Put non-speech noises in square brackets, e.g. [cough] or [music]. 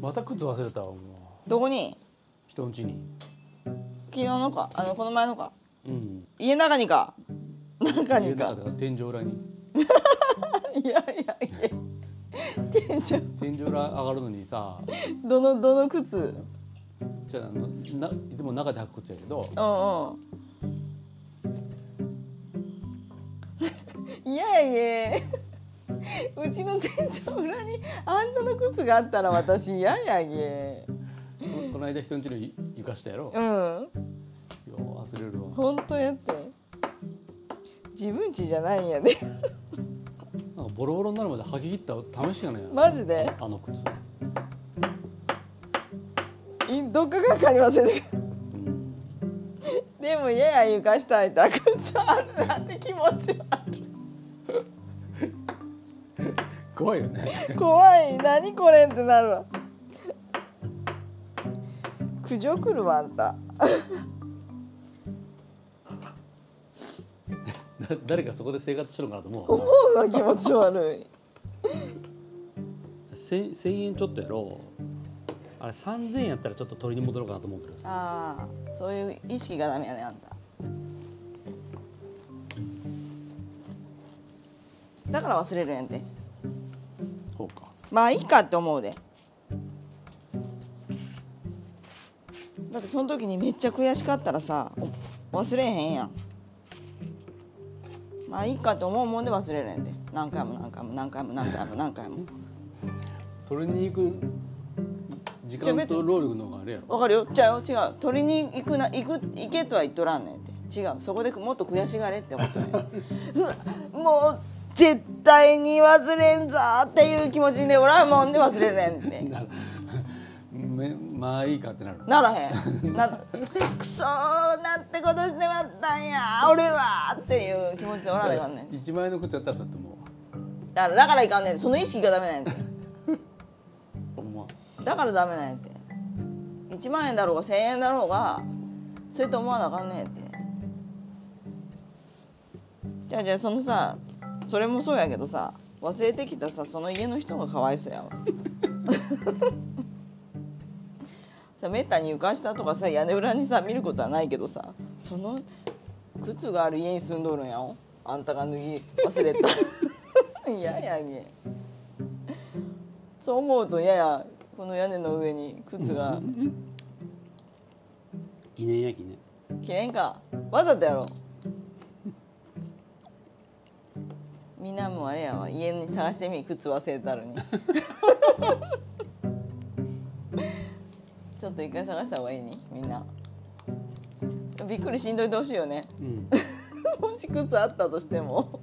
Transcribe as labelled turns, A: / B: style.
A: また靴忘れたわも
B: どこに
A: う人ん家に
B: 昨日のかあのこの前のか
A: うん
B: 家の中にか中
A: 家
B: に
A: の中
B: か
A: だから天井裏に
B: いやいやいや店長
A: 天井裏上がるのにさ
B: どのどの靴うん
A: じゃああのないつも中で履く靴やけど
B: うん [laughs] いやいやうちの店長裏にあんたの靴があったら私嫌やげ
A: この間人ん家のゆ床下やろ
B: うん
A: いや忘れるわ
B: 本当やって自分家じゃないんやで
A: なんかボロボロになるまで履き切った試しがない
B: マジで
A: あの靴
B: いどっかがかりませんね [laughs] でも嫌や床下いた靴あるなって気持ちは [laughs] ある
A: 怖いよね
B: 怖い何これってなるわ苦情来るわあんた
A: [laughs] だ誰かそこで生活してるのかなと思う
B: 思
A: わ
B: うわ気持ち悪い
A: せ1,000円ちょっとやろあれ3,000円やったらちょっと取りに戻ろうかなと思うけどさ
B: ああそういう意識がダメやねあんただから忘れるんやんて
A: そうか
B: まあいいかって思うでだってその時にめっちゃ悔しかったらさお忘れへんやんまあいいかって思うもんで忘れるんやんて何回も何回も何回も何回も何回も
A: 取りに行く時
B: じゃあ
A: 間
B: 別
A: と
B: に
A: 労力の方があれやろ
B: わかるよじゃあ違う取りに行くな行く行けとは言っとらんねんって違うそこでもっと悔しがれって思っとるんやうわもう絶対に忘れんぞーっていう気持ちでおらんもんで忘れるねんって
A: な [laughs] めまあいいかってなる
B: ならへんな [laughs] くそーなんてことしてまったんや俺はーっていう気持ちでおらないかんねん
A: 1万円の靴やったらだっても
B: だからだからいかんねんその意識がダメなんやて
A: うほんま
B: だからダメなんやて1万円だろうが1,000円だろうがそれと思わなあかんねんやてじゃあじゃあそのさそれもそうやけどさ忘れてきたさその家の人がかわいそうやわ [laughs] さめったに床下とかさ屋根裏にさ見ることはないけどさその靴がある家に住んどるんやんあんたが脱ぎ忘れた [laughs] いややげそう思うとややこの屋根の上に靴が
A: 記念や記念
B: 記念かわざとやろみんなもあれやわ家に探してみ靴忘れたのに [laughs] ちょっと一回探した方がいいにみんなびっくりしんどいてほしいよね
A: うん
B: もし靴あったとしても